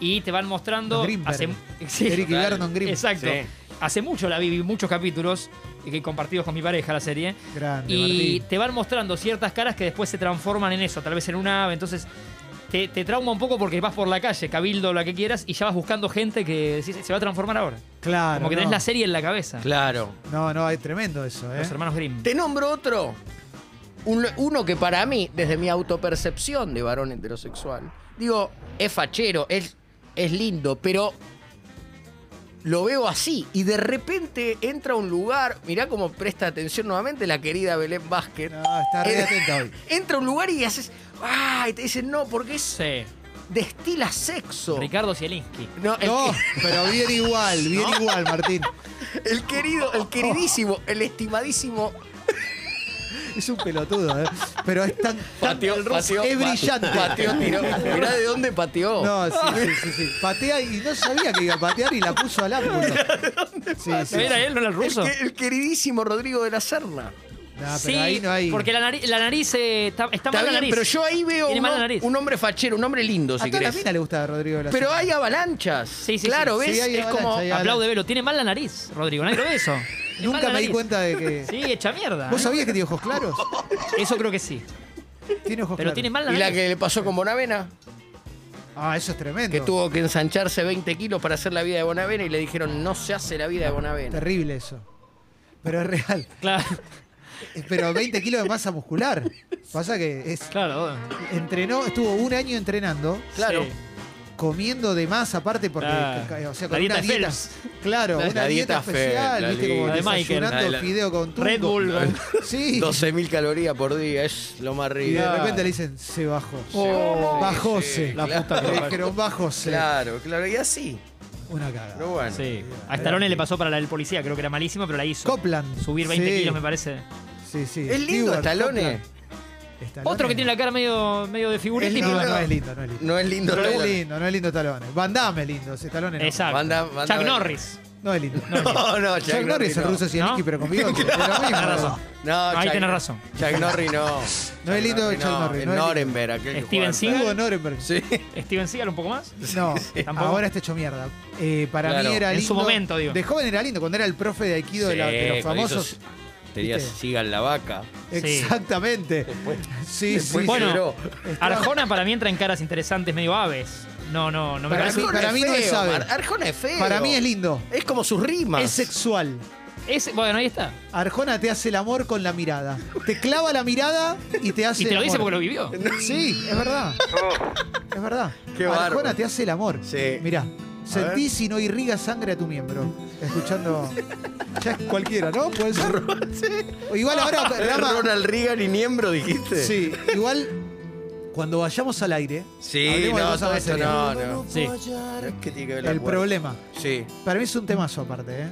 Speaker 3: y te van mostrando...
Speaker 1: Los Grimberg.
Speaker 3: hace, [LAUGHS] Sí,
Speaker 1: Eric y
Speaker 3: total.
Speaker 1: Vernon Grimm.
Speaker 3: Exacto.
Speaker 4: Sí.
Speaker 3: Hace mucho la vi, vi muchos capítulos eh, que compartidos con mi pareja la serie.
Speaker 1: Grande,
Speaker 3: Y
Speaker 1: Martín.
Speaker 3: te van mostrando ciertas caras que después se transforman en eso, tal vez en una ave. Entonces te, te trauma un poco porque vas por la calle, cabildo, la que quieras, y ya vas buscando gente que decís, se va a transformar ahora.
Speaker 1: Claro.
Speaker 3: Como que tenés
Speaker 1: Ah, no.
Speaker 3: la serie en la cabeza.
Speaker 4: Claro.
Speaker 1: No, no, es tremendo eso, ¿eh?
Speaker 3: Los hermanos Grimm.
Speaker 4: Te nombro otro. Un- uno que para mí, desde mi autopercepción de varón heterosexual, digo, es fachero, es, es lindo, pero lo veo así. Y de repente entra a un lugar, mirá cómo presta atención nuevamente la querida Belén Vázquez.
Speaker 1: No, está re
Speaker 4: Eh,
Speaker 1: atenta
Speaker 3: [LAUGHS]
Speaker 1: hoy.
Speaker 4: Entra a un lugar y haces, ¡ah! Y te dicen, no, porque es,
Speaker 3: Sí.
Speaker 4: destila sexo.
Speaker 3: Ricardo Zielinski.
Speaker 4: No, el,
Speaker 1: No, pero bien igual, bien igual, Martín.
Speaker 4: el querido, el queridísimo, el estimadísimo
Speaker 1: Es un pelotudo, ¿eh? Pero es tan. tan
Speaker 4: Pateó, pateó,
Speaker 1: es
Speaker 4: pa-
Speaker 1: brillante.
Speaker 4: Pateó, tiró. Mirá de dónde
Speaker 3: Oh.
Speaker 4: pateó.
Speaker 1: No, sí, sí, sí, sí. Patea y no sabía que iba a patear y la puso al
Speaker 3: [LAUGHS]
Speaker 1: ángulo. Sí, sí, sí.
Speaker 3: ¿Era él, no era el
Speaker 4: el,
Speaker 3: ruso?
Speaker 4: que- el queridísimo Rodrigo de la Serna.
Speaker 1: No, Ah, pero ahí no hay.
Speaker 3: porque la nariz, la nariz eh, está, está
Speaker 4: Está
Speaker 3: mal la
Speaker 4: bien,
Speaker 3: nariz.
Speaker 4: pero yo ahí veo
Speaker 3: Tiene
Speaker 4: un,
Speaker 3: mala nariz.
Speaker 4: un hombre fachero, un hombre lindo,
Speaker 1: a
Speaker 4: si
Speaker 1: toda la
Speaker 4: querés.
Speaker 1: mina le gusta a Rodrigo de la
Speaker 4: Pero
Speaker 1: Serna.
Speaker 4: hay avalanchas.
Speaker 3: Sí, sí, sí.
Speaker 4: claro,
Speaker 1: Sí,
Speaker 4: ¿ves?
Speaker 1: hay
Speaker 4: es como.
Speaker 1: avalanchas, hay-
Speaker 3: Aplaude velo. Tiene mal la nariz, Rodrigo. Nadie lo
Speaker 1: [LAUGHS]
Speaker 3: ve eso. Tiene mal
Speaker 1: Nunca
Speaker 3: la
Speaker 1: me di
Speaker 3: nariz.
Speaker 1: cuenta de que.
Speaker 3: [LAUGHS] Sí, hecha mierda.
Speaker 1: ¿Vos
Speaker 3: ¿eh?
Speaker 1: sabías que tiene ojos claros?
Speaker 3: Eso creo que sí.
Speaker 1: Tiene ojos
Speaker 3: Pero
Speaker 1: claros.
Speaker 3: tiene mal la
Speaker 4: Y la
Speaker 3: nariz.
Speaker 4: que le pasó con Bonavena,
Speaker 1: Ah, eso es tremendo.
Speaker 4: que tuvo que ensancharse 20 kilos para hacer la vida de Bonavena y le dijeron, no se hace la vida de Bonavena.
Speaker 1: Terrible eso. Pero es real. Eh,
Speaker 3: Claro,
Speaker 1: Pero 20 kilos de masa muscular. Pasa que es,
Speaker 3: claro.
Speaker 1: entrenó, estuvo un año entrenando,
Speaker 4: Claro.
Speaker 3: Sí.
Speaker 1: comiendo de más aparte porque
Speaker 3: Ah,
Speaker 1: o sea,
Speaker 3: la
Speaker 1: con
Speaker 3: dieta
Speaker 1: una
Speaker 3: de
Speaker 1: dieta,
Speaker 3: Phelps.
Speaker 1: claro,
Speaker 4: La
Speaker 1: una dieta,
Speaker 4: dieta Phelps,
Speaker 1: especial,
Speaker 4: la
Speaker 1: viste como
Speaker 3: dieta. La de Michael.
Speaker 1: desayunando
Speaker 4: La de la-
Speaker 1: fideo con tunco.
Speaker 3: Red Bull. ¿no?
Speaker 1: [LAUGHS] Sí.
Speaker 4: 12.000 calorías por día, es lo más
Speaker 1: Y
Speaker 4: rico.
Speaker 1: de repente le dicen, se bajó.
Speaker 4: Oh,
Speaker 1: bajóse.
Speaker 4: sí,
Speaker 1: la
Speaker 4: claro.
Speaker 1: puta que le dijeron, bajóse.
Speaker 4: Claro, claro, y así.
Speaker 1: Una cagada.
Speaker 4: Pero bueno.
Speaker 3: Sí. A Stallone le pasó para la del policía, creo que era malísima, pero la hizo.
Speaker 1: Copland.
Speaker 3: Subir 20
Speaker 1: Sí,
Speaker 3: kilos, me parece.
Speaker 1: Sí, sí.
Speaker 4: Es lindo
Speaker 1: Stewart,
Speaker 4: Stallone.
Speaker 1: Copland. Stallone.
Speaker 3: Otro que tiene la cara medio, medio de
Speaker 1: Es
Speaker 3: figurita.
Speaker 1: lindo,
Speaker 3: y
Speaker 1: no,
Speaker 3: bueno.
Speaker 1: es lindo, no es lindo.
Speaker 4: No es lindo
Speaker 1: No es
Speaker 4: Stallone.
Speaker 1: lindo, no es lindo Talón. Van Damme es lindo, ese Talón no.
Speaker 3: Exacto.
Speaker 4: Banda- banda-
Speaker 3: Chuck Norris.
Speaker 1: No es lindo.
Speaker 4: [LAUGHS] [LAUGHS] No, no,
Speaker 1: Jack Norris es el
Speaker 4: no.
Speaker 1: ruso Sieniski,
Speaker 3: ¿No?
Speaker 1: pero con
Speaker 4: [LAUGHS]
Speaker 1: bigote. es lo mismo.
Speaker 3: Tenés razón.
Speaker 4: No,
Speaker 3: Ahí
Speaker 4: Chuck-
Speaker 3: tenés razón.
Speaker 4: Chuck Norris no.
Speaker 1: [LAUGHS] No es lindo
Speaker 4: Chuck
Speaker 1: Chuck Norris, no es
Speaker 4: Norenberg, aquel que
Speaker 3: Steven
Speaker 4: jugaba al
Speaker 1: Hugo Norenberg.
Speaker 4: Sí.
Speaker 3: Steven Seagal un poco más.
Speaker 1: No,
Speaker 3: Tampoco.
Speaker 1: ahora está hecho mierda. Eh, para
Speaker 4: Claro.
Speaker 1: mí era
Speaker 3: En
Speaker 1: lindo.
Speaker 3: su momento, digo.
Speaker 1: De joven era lindo, cuando era el profe de Aikido de, la- de los
Speaker 4: Sí, cuando
Speaker 1: famosos.
Speaker 4: hizo- Tenías
Speaker 1: ¿Viste?
Speaker 4: Sigan la vaca.
Speaker 3: Sí.
Speaker 1: Exactamente. sí,
Speaker 4: después
Speaker 1: sí.
Speaker 3: Bueno,
Speaker 4: Pero-
Speaker 3: Arjona para mí entra en caras interesantes, medio aves. No, no, no me
Speaker 1: Para
Speaker 3: parece.
Speaker 1: mí- para mí no es sabe.
Speaker 4: Ar- Arjona es feo.
Speaker 1: para mí es lindo.
Speaker 4: Es como sus rimas.
Speaker 1: Es sexual.
Speaker 3: Ese- bueno, ahí está.
Speaker 1: Arjona te hace el amor con la mirada. Te clava la mirada y te hace.
Speaker 3: Y te lo
Speaker 1: el
Speaker 3: dice
Speaker 1: amor.
Speaker 3: porque lo vivió.
Speaker 1: [LAUGHS] Sí, es verdad. Es verdad.
Speaker 4: Qué
Speaker 1: Arjona
Speaker 4: bárbaro.
Speaker 1: te hace el amor.
Speaker 4: Sí.
Speaker 1: Mirá, sentí si no irriga sangre a tu miembro.
Speaker 4: [LAUGHS]
Speaker 1: Escuchando. Ya es cualquiera, ¿no? Puede ser. Igual
Speaker 4: [LAUGHS]
Speaker 1: ahora.
Speaker 4: ¿Es
Speaker 1: Rama,
Speaker 4: Ronald Reagan y Niembro, dijiste.
Speaker 1: sí, igual cuando vayamos al aire.
Speaker 4: Sí,
Speaker 1: hablemos de
Speaker 4: no,
Speaker 1: cosas
Speaker 4: todo
Speaker 1: más
Speaker 4: esto
Speaker 1: serias.
Speaker 4: no, no.
Speaker 3: Sí.
Speaker 4: ¿Qué tiene que ver la
Speaker 1: El
Speaker 4: cuerda?
Speaker 1: problema.
Speaker 4: Sí.
Speaker 1: Para mí es un temazo aparte, ¿eh?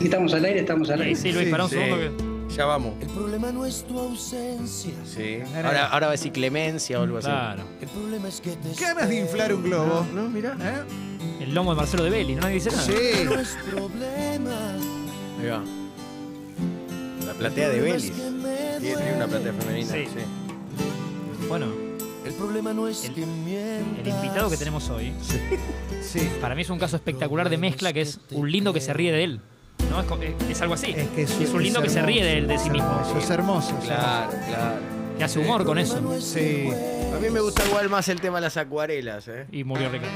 Speaker 8: Estamos al aire, estamos al
Speaker 3: Sí,
Speaker 8: aire.
Speaker 3: sí, Luis,
Speaker 1: Sí,
Speaker 3: para un
Speaker 4: sí.
Speaker 3: segundo. que-
Speaker 4: Ya vamos.
Speaker 9: El problema no es tu ausencia,
Speaker 4: Sí. Ahora, ahora va a decir clemencia o algo así.
Speaker 3: Claro.
Speaker 9: el problema es que te
Speaker 1: Ganas de inflar un globo. ¿Eh? ¿No? Mirá.
Speaker 3: El lomo de Marcelo de Belli, ¿no? Nadie dice nada.
Speaker 1: Sí.
Speaker 9: espero es problema.
Speaker 4: Ahí va. La platea de Belis.
Speaker 9: que me
Speaker 4: Tiene tiene una platea femenina.
Speaker 3: Sí.
Speaker 4: sí.
Speaker 3: Bueno,
Speaker 9: El problema no es
Speaker 3: El-
Speaker 9: que
Speaker 3: El
Speaker 9: mientas.
Speaker 3: invitado que tenemos hoy,
Speaker 1: Sí.
Speaker 3: para mí es un caso espectacular de mezcla que es un lindo que se ríe de él. ¿No? Es, co- es- es algo así.
Speaker 1: Es que es-
Speaker 3: un lindo
Speaker 1: es
Speaker 3: que se ríe de él, de
Speaker 1: hermoso,
Speaker 3: sí mismo.
Speaker 1: Eso es hermoso. es
Speaker 2: Claro, claro.
Speaker 3: Que hace humor con eso.
Speaker 1: Sí.
Speaker 4: A mí me gusta igual más el tema de las acuarelas, ¿eh?
Speaker 3: Y murió Ricardo.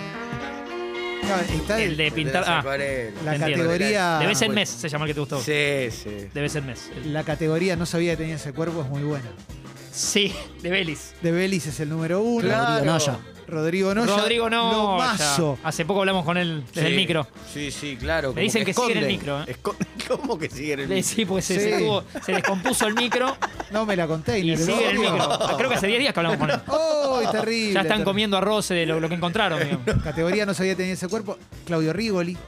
Speaker 1: Claro, está
Speaker 3: El de
Speaker 4: El de
Speaker 3: pintar.
Speaker 4: las
Speaker 3: Ah,
Speaker 4: acuarelas.
Speaker 1: la
Speaker 3: entiendo.
Speaker 1: categoría.
Speaker 3: debe ser mes, se llama el que te gustó.
Speaker 4: Sí, sí.
Speaker 3: Debe ser mes. El-
Speaker 1: La categoría no sabía que tenía ese cuerpo, es muy buena.
Speaker 3: Sí, de Belis.
Speaker 1: De Belis es el número uno.
Speaker 4: Claro.
Speaker 7: Rodrigo Noya.
Speaker 1: Rodrigo Noya.
Speaker 3: Rodrigo no.
Speaker 1: Lomazo.
Speaker 3: Hace poco hablamos con él desde el
Speaker 2: Sí.
Speaker 3: micro.
Speaker 2: Sí, sí, claro. como
Speaker 3: dicen que sigue en el
Speaker 2: esconden.
Speaker 3: micro, ¿eh?
Speaker 2: Esconden- ¿Cómo que sigue en el
Speaker 3: Le-
Speaker 2: micro?
Speaker 3: Sí, porque se, se
Speaker 1: Sí.
Speaker 3: tuvo- se descompuso el micro
Speaker 1: No me la conté.
Speaker 3: y sigue en el micro. Ah, Creo que hace 10 días que
Speaker 1: [LAUGHS]
Speaker 3: hablamos con él.
Speaker 1: ¡Oh, terrible!
Speaker 3: Ya están
Speaker 1: terrible.
Speaker 3: comiendo arroz eh, de lo, lo que encontraron. digamos.
Speaker 1: Categoría no sabía que tenía ese cuerpo. Claudio Rigoli.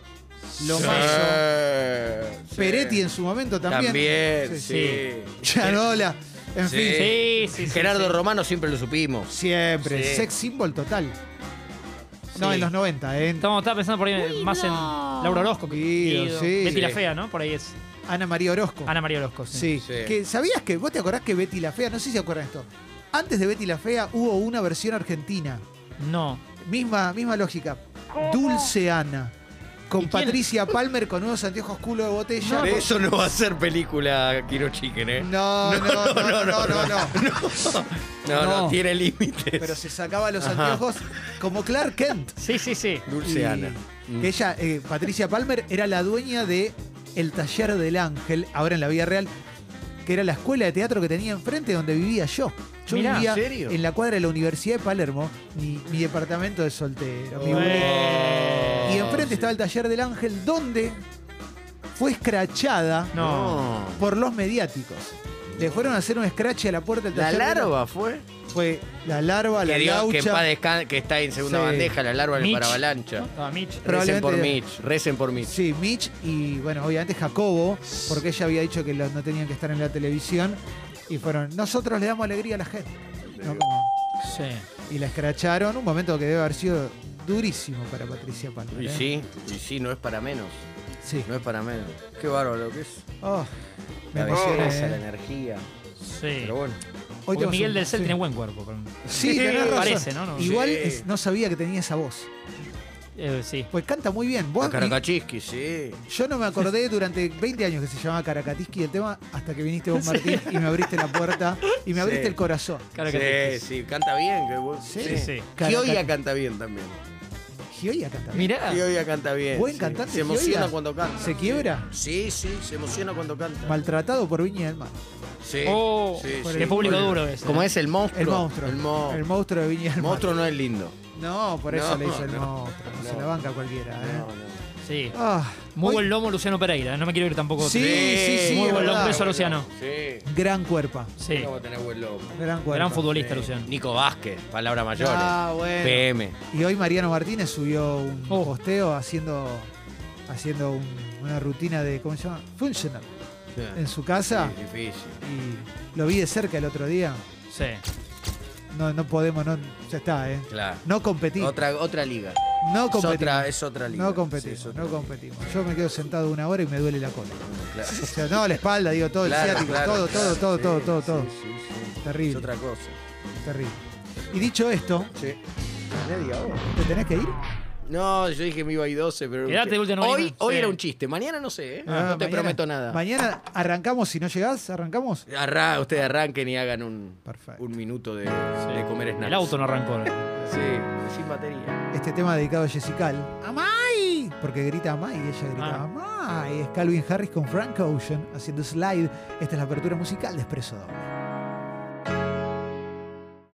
Speaker 1: Lomazo.
Speaker 2: Sí, sí.
Speaker 1: Peretti en su momento también.
Speaker 4: Eh, También,
Speaker 1: Sí.
Speaker 4: sí.
Speaker 1: Chanola. En
Speaker 2: Sí.
Speaker 1: fin.
Speaker 3: Sí, sí, sí.
Speaker 4: Gerardo
Speaker 3: sí.
Speaker 4: Romano siempre lo supimos.
Speaker 1: Siempre.
Speaker 4: Sí.
Speaker 1: Sex symbol total. No,
Speaker 3: Sí.
Speaker 1: en los 90. En
Speaker 3: Estamos- estaba pensando por ahí
Speaker 5: Guido.
Speaker 3: más en Laura Orozco. que-
Speaker 1: Guido, sí.
Speaker 3: Betty la
Speaker 1: Sí.
Speaker 3: Fea, ¿no? Por ahí es
Speaker 1: Ana María Orozco.
Speaker 3: Ana María Orozco. Sí.
Speaker 1: Sí.
Speaker 4: Sí.
Speaker 1: Que, ¿Sabías que vos te acordás que Betty la Fea, no sé si se acuerdan esto, antes de Betty la Fea hubo una versión argentina,
Speaker 3: No.
Speaker 1: misma, misma lógica, Dulce Ana,
Speaker 3: ¿Y
Speaker 1: con
Speaker 3: quién?
Speaker 1: Patricia Palmer con unos anteojos culo de botella.
Speaker 2: De eso no va a ser película Kiro Chicken, ¿eh?
Speaker 1: No, no, no, no, no, no, no.
Speaker 2: No, no,
Speaker 7: No.
Speaker 2: tiene límites.
Speaker 1: Pero se sacaba los anteojos como Clark Kent.
Speaker 3: Sí, sí, sí.
Speaker 2: Dulce
Speaker 1: Y-
Speaker 2: Ana.
Speaker 4: Mm.
Speaker 1: que ella, eh, Patricia Palmer, era la dueña de El Taller del Ángel, ahora en la vida real, que era la escuela de teatro que tenía enfrente donde vivía yo. Yo
Speaker 3: Mirá,
Speaker 1: vivía
Speaker 4: ¿en serio?
Speaker 1: en la cuadra de la Universidad de Palermo, mi, mi departamento de soltero.
Speaker 4: Oh.
Speaker 1: mi boliche.
Speaker 3: Eh,
Speaker 1: y enfrente estaba el Taller del Ángel, donde fue escrachada
Speaker 3: No.
Speaker 1: por los mediáticos. Le fueron a hacer un scratch a la puerta del
Speaker 4: La
Speaker 1: taller. del Ángel.
Speaker 4: larva fue.
Speaker 1: Fue la larva, la
Speaker 4: que, Dios, que, en
Speaker 1: gaucha.
Speaker 4: paz descan- que está en segunda
Speaker 1: Sí.
Speaker 4: bandeja, la larva en el
Speaker 3: Mitch.
Speaker 4: paravalancha.
Speaker 3: Ah, Mitch.
Speaker 4: Recen por
Speaker 1: Probablemente-
Speaker 4: Mitch, recen por Mitch.
Speaker 1: Sí, Mitch y, bueno, obviamente Jacobo, porque ella había dicho que lo- no tenían que estar en la televisión. Y fueron, nosotros le damos alegría a la gente. ¿no? Como-
Speaker 3: Sí.
Speaker 1: y la escracharon, un momento que debe haber sido durísimo para Patricia Palmer.
Speaker 4: Y
Speaker 1: ¿eh?
Speaker 4: sí, y sí, no es para menos.
Speaker 1: Sí.
Speaker 4: No es para menos. Qué bárbaro lo que es.
Speaker 1: Oh, me
Speaker 4: La
Speaker 1: emocioné.
Speaker 4: belleza, la
Speaker 1: ¿eh?
Speaker 4: energía.
Speaker 3: Sí.
Speaker 4: Pero bueno.
Speaker 1: Hoy
Speaker 3: Porque
Speaker 1: tenemos
Speaker 3: Miguel
Speaker 1: un-
Speaker 3: del Cel
Speaker 1: sí.
Speaker 3: tiene buen cuerpo. con-
Speaker 1: Sí, tenés razón.
Speaker 3: Parece, ¿no? No.
Speaker 1: Igual
Speaker 4: Sí.
Speaker 1: es- no sabía que tenía esa voz.
Speaker 3: Eh, sí.
Speaker 1: Pues canta muy bien. Vos-
Speaker 4: La Caracachiski, sí.
Speaker 1: yo no me acordé durante 20 años que se llamaba Caracatiski el tema hasta que viniste
Speaker 3: [LAUGHS]
Speaker 1: vos, Martín, y me abriste la puerta y me abriste
Speaker 4: Sí.
Speaker 1: el corazón.
Speaker 3: Claro
Speaker 4: sí,
Speaker 3: que sí.
Speaker 4: sí, canta bien. Que vos-
Speaker 1: Sí.
Speaker 3: Sí, sí.
Speaker 4: Gioia canta bien también.
Speaker 1: Gioia canta bien.
Speaker 3: Mirá.
Speaker 4: Gioia canta bien.
Speaker 1: Buen
Speaker 4: sí.
Speaker 1: cantante,
Speaker 4: Se emociona
Speaker 1: Gioia.
Speaker 4: cuando canta.
Speaker 1: ¿Se quiebra?
Speaker 4: Sí, sí, se emociona cuando canta.
Speaker 1: Maltratado por Viña del Mar.
Speaker 4: Sí.
Speaker 3: Oh,
Speaker 4: sí,
Speaker 3: qué
Speaker 4: sí.
Speaker 3: público duro es.
Speaker 4: Como es el monstruo.
Speaker 1: El monstruo.
Speaker 4: El, mo-
Speaker 1: El monstruo de Viña del Mar.
Speaker 4: monstruo no es lindo.
Speaker 1: No, por eso
Speaker 4: No,
Speaker 1: le hizo el
Speaker 4: no.
Speaker 1: monstruo. No, se
Speaker 4: No.
Speaker 1: la banca cualquiera. ¿eh?
Speaker 4: No, no.
Speaker 3: Sí.
Speaker 1: Ah,
Speaker 3: Muy
Speaker 1: hoy-
Speaker 3: buen lomo Luciano Pereira. No me quiero ir tampoco.
Speaker 1: Sí, sí, sí.
Speaker 3: Muy
Speaker 1: es
Speaker 3: buen lomo.
Speaker 1: verdad.
Speaker 3: Un beso a Luciano.
Speaker 4: Sí.
Speaker 1: Gran cuerpo.
Speaker 3: Sí.
Speaker 4: No va a tener buen lomo.
Speaker 1: Gran cuerpo.
Speaker 3: Gran
Speaker 1: eh,
Speaker 3: futbolista, Luciano.
Speaker 4: Nico Vázquez, palabra mayor.
Speaker 1: Ah, bueno.
Speaker 4: PM.
Speaker 1: Y hoy Mariano Martínez subió un
Speaker 3: Oh.
Speaker 1: posteo haciendo, haciendo un- una rutina de, ¿cómo se llama? Functional. En su casa.
Speaker 4: Sí, difícil.
Speaker 1: Y lo vi de cerca el otro día.
Speaker 3: Sí.
Speaker 1: No, no podemos, no, ya está, ¿eh?
Speaker 4: Claro.
Speaker 1: No competir.
Speaker 4: Otra, otra liga.
Speaker 1: No
Speaker 4: Es
Speaker 1: competir.
Speaker 4: otra, es otra liga.
Speaker 1: No
Speaker 4: Sí,
Speaker 1: competimos,
Speaker 4: es otra
Speaker 1: no
Speaker 4: liga.
Speaker 1: competimos. Yo me quedo sentado una hora y me duele la cola.
Speaker 4: Claro.
Speaker 1: O sea, no, la espalda, digo, todo, el
Speaker 4: Claro,
Speaker 1: ciático,
Speaker 4: claro,
Speaker 1: todo,
Speaker 4: claro.
Speaker 1: todo, todo,
Speaker 4: Sí,
Speaker 1: todo, todo,
Speaker 4: sí,
Speaker 1: todo.
Speaker 4: sí, sí. Es
Speaker 1: Terrible,
Speaker 4: otra cosa.
Speaker 1: terrible. Y dicho esto,
Speaker 4: Sí.
Speaker 1: ¿te tenés que ir? Ah,
Speaker 4: No, yo dije me iba a ir 12, pero.
Speaker 3: Quedate, última
Speaker 4: hoy
Speaker 3: horita.
Speaker 4: hoy
Speaker 3: Sí.
Speaker 4: era un chiste. Mañana no sé, ¿eh?
Speaker 1: Ah,
Speaker 4: no te
Speaker 1: mañana-
Speaker 4: prometo nada.
Speaker 1: Mañana arrancamos, si no llegás, arrancamos.
Speaker 4: Arra- ustedes arranquen y hagan un,
Speaker 1: Perfecto.
Speaker 4: un minuto de, de comer snacks.
Speaker 3: El auto no arrancó.
Speaker 4: Sí, sin batería.
Speaker 1: Este tema dedicado a Jessical. ¡Amai! Porque grita Amai, ella grita
Speaker 3: Ah.
Speaker 1: Amai. Es Calvin Harris con Frank Ocean haciendo slide. Esta es la apertura musical de Expreso Doble.